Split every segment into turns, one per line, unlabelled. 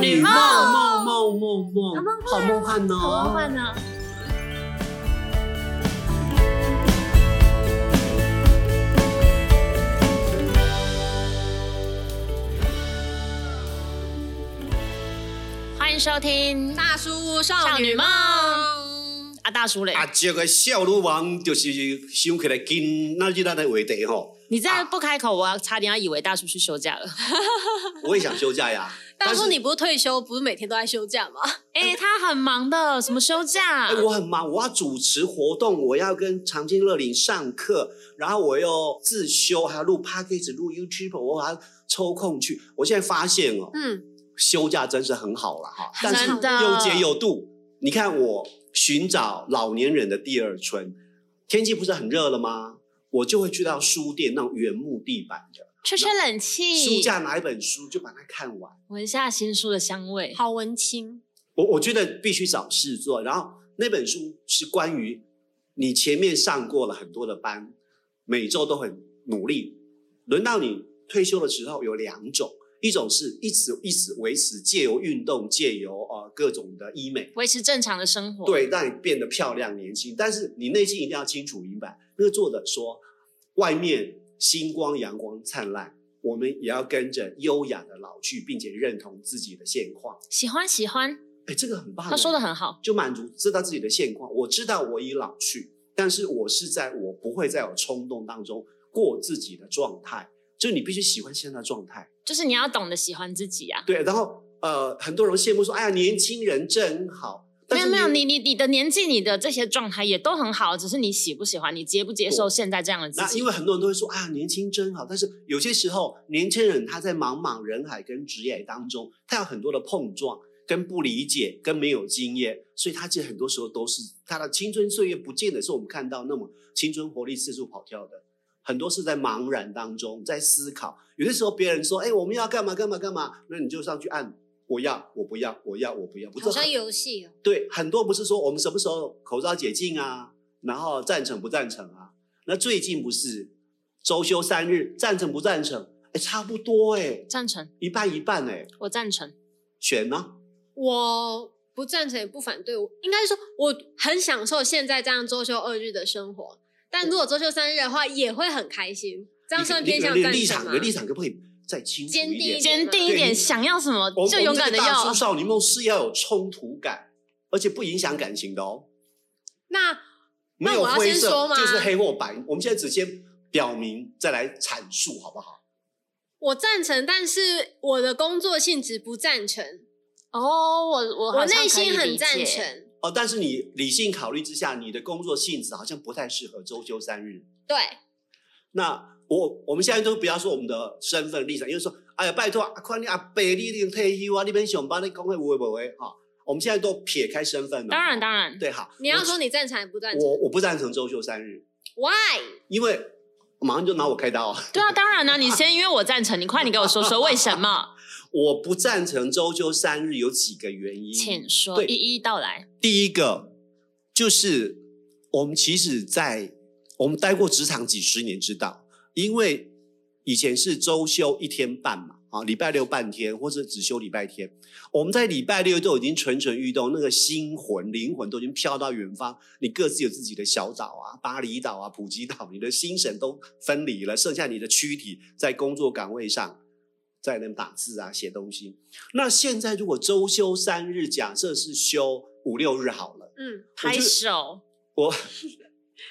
女梦
梦
梦梦梦
梦
好梦幻哦，
好梦幻呢？欢迎收听
大叔
少
少
女
女
梦
梦，
啊，大叔嘞，
啊，这个少女王就是想起来今那日咱的话题吼，
你再不开口，我差点要以为大叔去休 假了。
我也想休假呀。
大叔
但是
你不是退休，不是每天都在休假吗？
哎、他很忙的，什么休假？
哎，我很忙，我要主持活动，我要跟长青乐林上课，然后我又自修，还要录 podcast、录 YouTube，我还要抽空去。我现在发现哦，
嗯，
休假真是很好了哈，但是
真的
又节又度。你看我寻找老年人的第二春，天气不是很热了吗？我就会去到书店那种原木地板的
吹吹冷气，
书架，拿一本书就把它看完。
闻一下新书的香味。
好文青，
我我觉得必须找事做。然后那本书是关于你前面上过了很多的班，每周都很努力，轮到你退休的时候有两种，一种是一直一直维持，借由运动，借由呃各种的医美，
维持正常的生活。，
对，让你变得漂亮年轻。但是你内心一定要清楚明白，那个作者说，外面星光阳光灿烂。我们也要跟着优雅的老去，并且认同自己的现况。
喜欢喜欢，
哎，这个很棒哦。
他说的很好。
就满足知道自己的现况。我知道我已老去，但是我是在我不会再有冲动当中过自己的状态。就你必须喜欢现在的状态，
就是你要懂得喜欢自己啊。
对。然后呃，很多人羡慕说：“哎呀，年轻人真好。”但
没有
是
没有，你你你的年纪，你的这些状态也都很好，只是你喜不喜欢，你接不接受
我
现在这样的自
那
己
因。为很多人都会说：“啊，年轻真好。”但是有些时候，年轻人他在茫茫人海跟职业当中，他有很多的碰撞。跟不理解，跟没有经验，所以他其实很多时候都是他的青春岁月，不见得是我们看到那么青春活力四处跑跳的，很多是在茫然当中在思考。有些时候别人说：“哎、我们要干嘛干嘛干嘛”，那你就上去按我要，我不要，我要，我不要，不
好
是
像
很
游戏哦。
对，很多不是说我们什么时候口罩解禁啊，然后赞成不赞成啊？那最近不是周休三日，赞成不赞成？哎，差不多哎，
赞成，
一半一半哎，
我赞成。
选呢？
我不赞成也不反对，我应该说我很享受现在这样周休二日的生活，但如果周休三日的话，也会很开心。这样算
你
偏
你
向
你
赞
立
成
场，
吗
你的？立场可不可以再清楚
坚
一
定一点
点？
坚定一
对
点，
你
想要什么
我
就勇敢
我们这个
的
大
要
叔。少女梦是要有冲突感，而且不影响感情的哦，
那
没
那
有
我要
灰
先
色
说吗
就是黑或白。我们现在只先表明，再来阐述好不好？
我赞成，但是我的工作性质不赞成，
哦，我我
我
好像可以
内心很
理解
赞。成。
哦，但是你理性考虑之下，你的工作性质好像不太适合周休三日。
对，
那我我们现在都不要说我们的身份立场，因为说，哎呀，拜托，啊，看你阿伯，你已经退休啊，你免上班，你工会会不会哈？我们现在都撇开身份了，
当然当然，
对好。
你要说你赞成还不赞
我
成
我我不赞成周休三日，
？Why？
因为马上就拿我开刀啊！
对啊，当然啦、你先因为我赞成，你快点给我说说为什么？
我不赞成周休三日有几个原因，
请说，
对
一一道来。
第一个就是我们其实在我们待过职场几十年，知道，因为以前是周休一天半嘛，啊，礼拜六半天，或者只休礼拜天。我们在礼拜六都已经蠢蠢欲动，那个心魂、灵魂都已经飘到远方。你各自有自己的小岛啊，巴厘岛啊，普吉岛，你的心神都分离了，剩下你的躯体在工作岗位上，在那边打字啊，写东西。那现在如果周休三日，假设是休五六日好了，
嗯，
我
拍
就
手，
我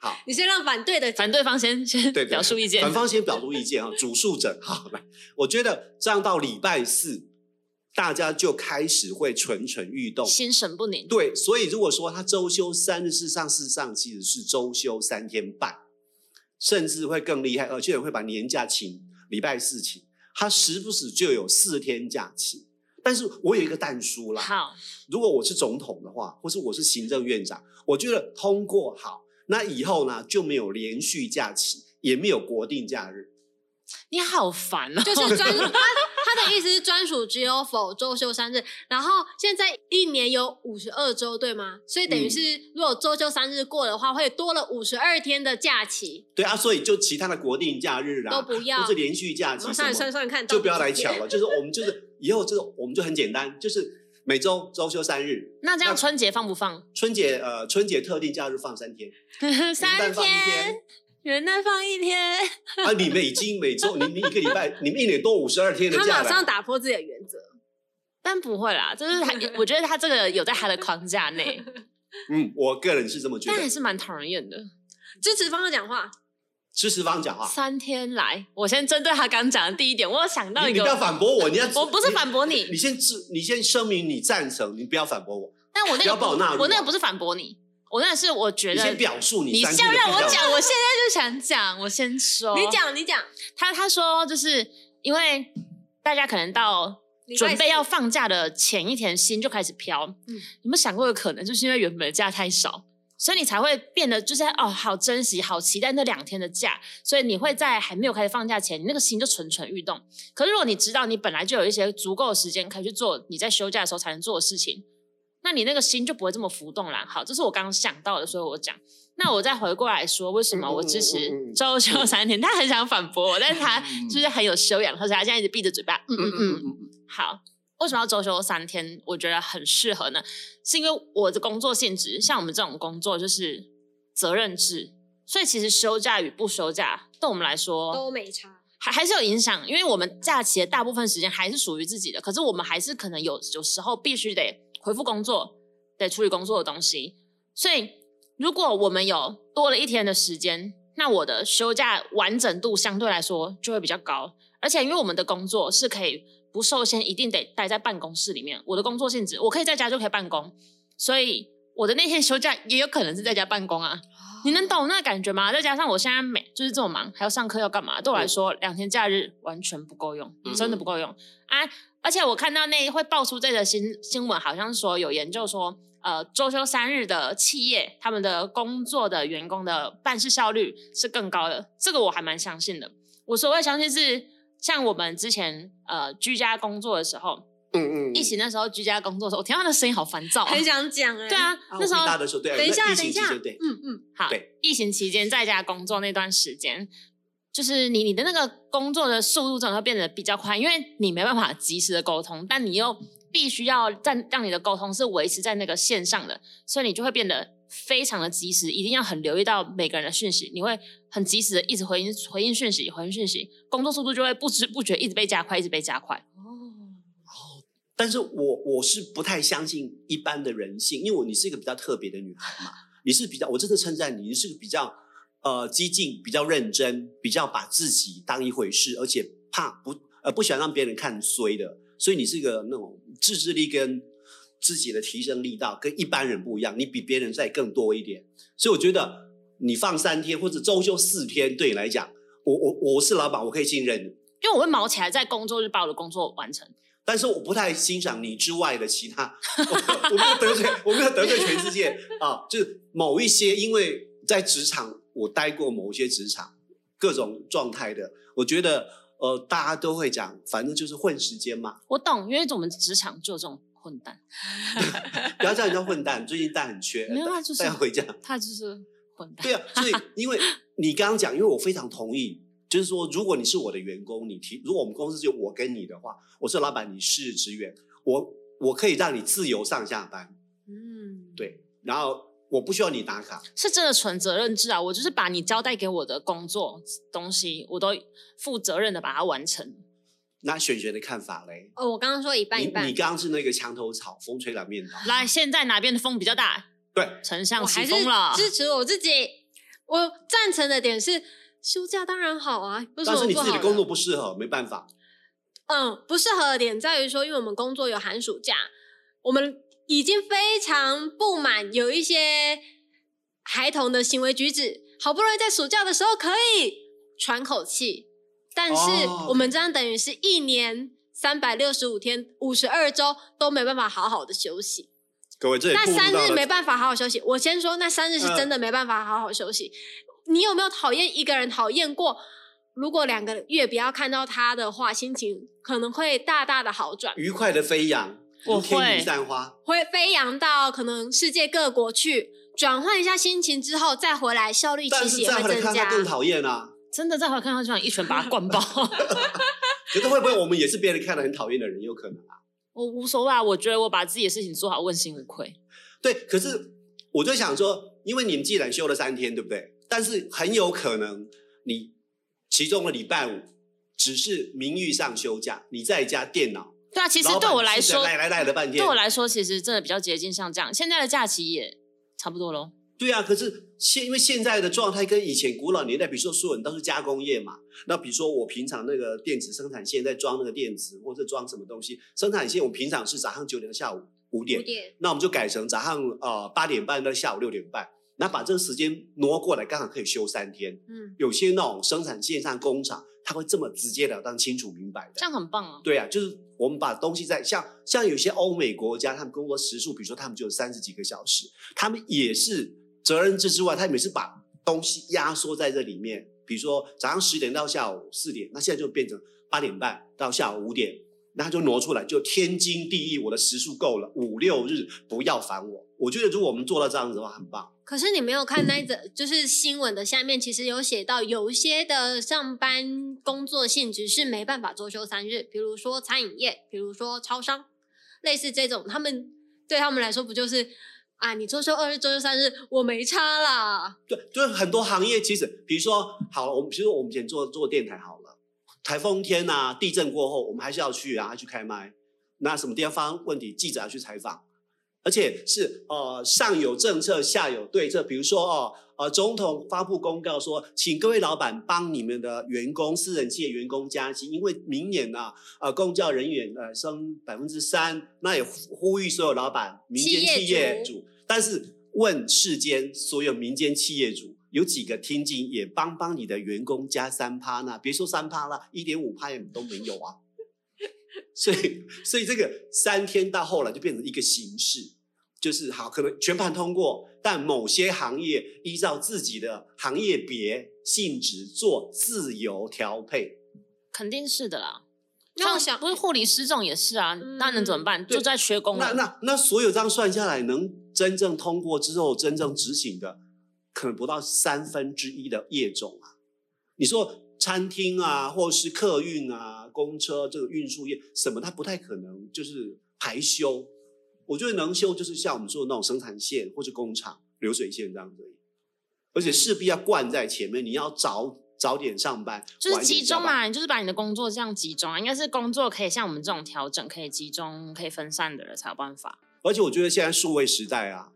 好，
你先让反对的
反对方先先
对对
表述意见
反。方先表述意见啊，主述者好来，我觉得这样到礼拜四，大家就开始会蠢蠢欲动。
心神不宁，
对，所以如果说他周休三日，事实上事实上其实是周休三天半，甚至会更厉害，而且会把年假请礼拜四请，他时不时就有四天假期。但是我有一个蛋叔啦，
好，
如果我是总统的话，或是我是行政院长，我觉得通过好，那以后呢就没有连续假期，也没有国定假日。
你好烦哦。
就是专他他的意思是专属只有否周休三日，然后现在一年有五十二周，对吗？所以等于
嗯
是如果周休三日过的话，会多了五十二天的假期。
对啊，所以就其他的国定假日啊，
都不要
或是连续假期
马
什
上来算
么，
算看，
就不要来
抢
抢。了。就是我们就是以后这种我们就很简单，就是每周周休三日，
那这样
那
春节放不放？
春节呃春节特定假日放三天，
三
元旦放一天，
元旦放一天，
啊，你们已经每周，你们一个礼拜，你们一年多五十二天的
他
假
马上
了。
打破自己的原则，
但不会啦，就是 他，我觉得他这个有在他的框架内，
嗯，我个人是这么觉
但还
得。
是蛮讨人厌的。
支持方的讲话，
支持方讲啊话，
三天来，我先针对他刚讲的第一点，我有想到
你
一
你不
个，
要反驳我，你要
我不是反驳
你，你
你，
先支，你先声明你赞成，你不要反驳我，
但我那
不
个
要把我纳入
我那个不是反驳你，我那个是我觉
你
得
先表述你
你
三
先
天的
让
不
我
要
讲，我现在就想讲，我先说。
你讲你讲，
他他说就是因为大家可能到
礼拜
准备
四
要放假的前一天，心就开始飘。
嗯
有没有想过有可能就是因为原本的假太少，所以你才会变得就是哦，好珍惜、好期待那两天的假，所以你会在还没有开始放假前，你那个心就蠢蠢欲动。可是如果你知道你本来就有一些足够的时间可以去做你在休假的时候才能做的事情，那你那个心就不会这么浮动啦。好，这是我刚刚想到的，所以我讲。那我再回过来说，为什么我支
嗯嗯嗯嗯
持
嗯
周休三天？他很想反驳我，但是他
嗯
就是很有修养，而且他现在一直闭着嘴巴，嗯嗯嗯，好，为什么要周休三天？我觉得很适合呢，是因为我的工作性质，像我们这种工作就是责任制，所以其实休假与不休假，对我们来说
都没差，
还还是有影响，因为我们假期的大部分时间还是属于自己的，可是我们还是可能有有时候必须得回复工作，得处理工作的东西，所以如果我们有多了一天的时间，那我的休假完整度相对来说就会比较高。而且因为我们的工作是可以不受限，一定得待在办公室里面。我的工作性质，我可以在家就可以办公，所以我的那天休假也有可能是在家办公啊。你能懂那个感觉吗？再加上我现在每就是这么忙，还要上课要干嘛，对我来说、两天假日完全不够用，
嗯
真的不够用啊！而且我看到那会爆出这个新新闻，好像说有研究说，呃，周休三日的企业，他们的工作的员工的办事效率是更高的，这个我还蛮相信的。我所谓相信是，像我们之前呃居家工作的时候，
嗯嗯
一起那时候居家工作的时候，我听到那声音好烦躁、啊，
很想讲哎，
对，啊，那时候
大的时候，对，
等一
那
下
疫
等一
情期
下
间对，
嗯嗯，
好
对，
疫情期间在家工作那段时间，就是你你的那个工作的速度真的会变得比较快，因为你没办法及时的沟通，但你又必须要在让你的沟通是维持在那个线上的，所以你就会变得非常的及时，一定要很留意到每个人的讯息，你会很及时的一直回应回应讯息，回应讯息，工作速度就会不知不觉一直被加快，一直被加快。
但是我我是不太相信一般的人性，因为我你是一个比较特别的女孩嘛，你是比较，我真的称赞你，你是个比较呃激进、比较认真、比较把自己当一回事，而且怕不呃不喜欢让别人看衰的，所以你是一个那种自制力跟自己的提升力道跟一般人不一样，你比别人再更多一点，所以我觉得你放三天或者周休四天，对你来讲，我我我是老板，我可以信任你。
因为我会毛起来，在工作日把我的工作完成。
但是我不太欣赏你之外的其他， 我我没有得罪，我没有得罪全世界啊，就是某一些，因为在职场我待过某些职场各种状态的，我觉得呃大家都会讲，反正就是混时间嘛，
我懂，因为我们职场就有这种混蛋。
不要叫人家混蛋， 最近蛋很缺，
没有啊就是
蛋蛋回家，
他就是混蛋。
对啊，所以因为你刚刚讲，因为我非常同意，就是说，如果你是我的员工，你提，如果我们公司就我跟你的话，我是老板，你是职员，我我可以让你自由上下班。
嗯，
对，然后我不需要你打卡，
是真的纯责任制啊！我就是把你交代给我的工作东西，我都负责任的把它完成。
那璇璇的看法嘞？
哦，我刚刚说一半
你
一半
你，刚刚是那个墙头草，风吹两面倒。
来，现在哪边的风比较大？
对，
丞相
我还
起
是
风了。
支持我自己。我赞成的点是，休假当然好啊，有什
但
么
是你
不
自己
好的
的工作不适合，没办法。
嗯，不适合的点在于说，因为我们工作有寒暑假，我们已经非常不满有一些孩童的行为举止，好不容易在暑假的时候可以喘口气，但是
哦
我们这样等于是一年三百六十五天、五十二周都没办法好好的休息。
各位，这里
那
步入
三
到
日
了嗯
没办法好好休息。我先说，那三日是真的没办法好好休息。你有没有讨厌一个人？讨厌过？如果两个月不要看到他的话，心情可能会大大的好转，
愉快的飞扬，
我
如天
会
女散花。
会飞扬到可能世界各国去，转换一下心情之后再回来，效率其
但
实
是
也
再
会
回来
增
看
加
他。更讨厌啊！
真的，再回来看到就想一拳把他灌爆。
可是会不会我们也是别人看了很讨厌的人？有可能啊。
我无所谓啊，我觉得我把自己的事情做好，问心无愧。
对，可是我就想说，因为你们既然休了三天，对不对？但是很有可能你其中的礼拜五只是名义上休假，你在家电脑。
对啊，其实
老板
对我来
是在
说，
赖赖赖了半天。
对我来说，其实真的比较接近像这样，现在的假期也差不多喽。
对啊，可是现因为现在的状态跟以前古老年代，比如说所有人都是加工业嘛，那比如说我平常那个电子生产线在装那个电池或者装什么东西，生产线我平常是早上九点到下午五点，
点
那我们就改成早上呃八点半到下午六点半，那把这个时间挪过来，刚好可以休三天。
嗯，
有些那种生产线上工厂，它会这么直截了当、清楚明白的。
这样很棒啊！
对啊，就是我们把东西在像像有些欧美国家，他们工作时数，比如说他们就有三十几个小时，他们也是责任制之外，他们也是把东西压缩在这里面。比如说早上十点到下午四点，那现在就变成八点半到下午五点，那他就挪出来，就天经地义，我的时数够了，五六日不要烦我。我觉得如果我们做到这样子的话，很棒。
可是你没有看那一则，就是新闻的下面，其实有写到有一些的上班工作性质是没办法周休三日，比如说餐饮业，比如说超商，类似这种，他们对他们来说不就是啊，你周休二日、周休三日，我没差啦。
对，就是很多行业其实，比如说，好了，我们比如说我们以前做做电台好了，台风天呐、地震过后，我们还是要去啊，去开麦。那什么地方发生问题，记者要去采访，而且是呃上有政策，下有对策。比如说哦，呃，总统发布公告说，请各位老板帮你们的员工、私人企业员工加薪，因为明年呢、呃，公教人员呃升百分之三，那也呼呼吁所有老板、民间
企业
企业
主
主。但是问世间所有民间企业主，有几个听进也帮帮你的员工加三趴呢？别说三趴啦，一点五趴也都没有啊。所以，所以这个三天到后来就变成一个形式，就是好，可能全盘通过，但某些行业依照自己的行业别性质做自由调配。
肯定是的啦。
那我
像
想
不是护理师这种也是啊，
嗯
那能怎么办？
对
就在缺工
那
了。
那那所有这样算下来，能真正通过之后真正执行的，可能不到三分之一的业种啊。你说餐厅啊，或是客运啊、公车这个运输业什么，它不太可能就是排休。我觉得能休就是像我们做那种生产线或者工厂流水线这样子而已，而且势必要灌在前面，你要早早点上班，
就是
晚点
集中啊
下班。
嘛，你就是把你的工作这样集中啊，应该是工作可以像我们这种调整，可以集中、可以分散的人才有办法。
而且我觉得现在数位时代啊，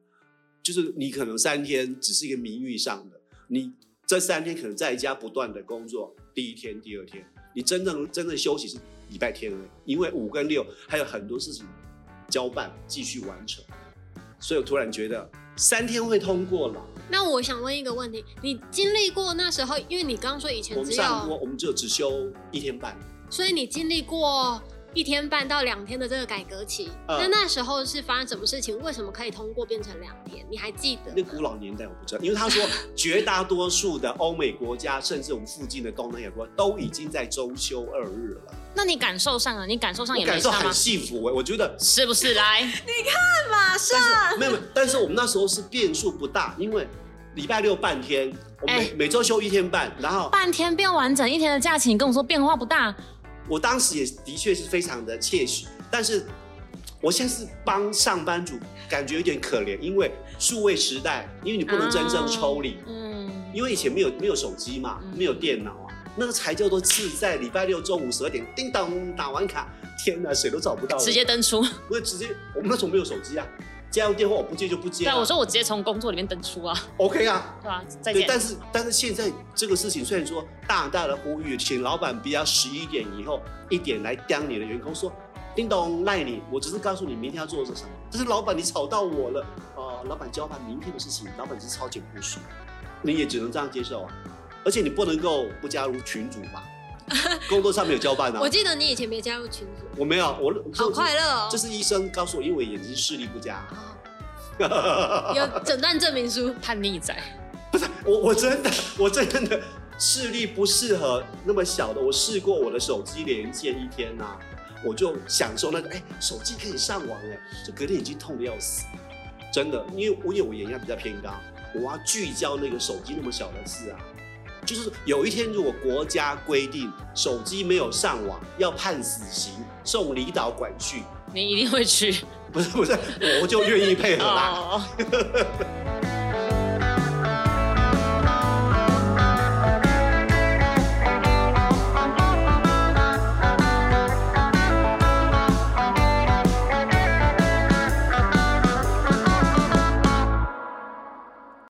就是你可能三天只是一个名誉上的，你这三天可能在家不断的工作，第一天、第二天，你真正真正休息是礼拜天而已，因为五跟六还有很多事情交办继续完成，所以我突然觉得三天会通过了。
那我想问一个问题，你经历过那时候，因为你刚刚说以前
我们
只
上
有
我，我们就只休一天半，
所以你经历过一天半到两天的这个改革期。
嗯
那那时候是发生什么事情？为什么可以通过变成两天？你还记得
那？古老年代我不知道，因为他说绝大多数的欧美国家，甚至我们附近的东南亚国家都已经在周休二日了。
那你感受上啊，你感受上
我
也没
感受
差吗
很？幸福、欸，我觉 得
是不是？来，
马上
没有没有，但是我们那时候是变数不大，因为礼拜六半天，我们每、
哎
每周休一天半，然后
半天变完整一天的假期，你跟我说变化不大，
我当时也的确是非常的窃喜，但是我现在是帮上班族感觉有点可怜，因为数位时代，因为你不能真正抽离，
嗯，
因为以前没有没有手机嘛，
啊嗯
没有电脑啊，那个才叫做自在。礼拜六中午十二点叮当打完卡，天哪，谁都找不到我，
直接登出。啊
不是直接，我们那时候没有手机啊，家用电话我不接就不接、
对
啊，
啊，我说我直接从工作里面登出啊，
OK 啊。
对啊，再
对，
见。
但是但是现在这个事情虽然说大大的呼吁，请老板不要十一点以后一点来刁你的员工说，叮咚赖你，我只是告诉你明天要做什么，但是老板你吵到我了，呃，老板交办明天的事情，老板是超前部署，你也只能这样接受啊，而且你不能够不加入群组吧，工作上面有交办啊
我，记得你以前没加入群组，
我没有，我
好快
乐，
乐哦
这！是医生告诉我，因为我眼睛视力不佳，
啊有诊断证明书，
叛逆仔，
我我真的 我真的视力不适合那么小的，我试过我的手机连线一天呐、我就享受那个哎、手机可以上网哎、就隔天眼睛痛的要死，真的，因为我有我眼压比较偏高，我要聚焦那个手机那么小的事啊，就是有一天如果国家规定手机没有上网要判死刑，送离岛管去，
你一定会去。
不是不是，我就愿意配合啦。
哦。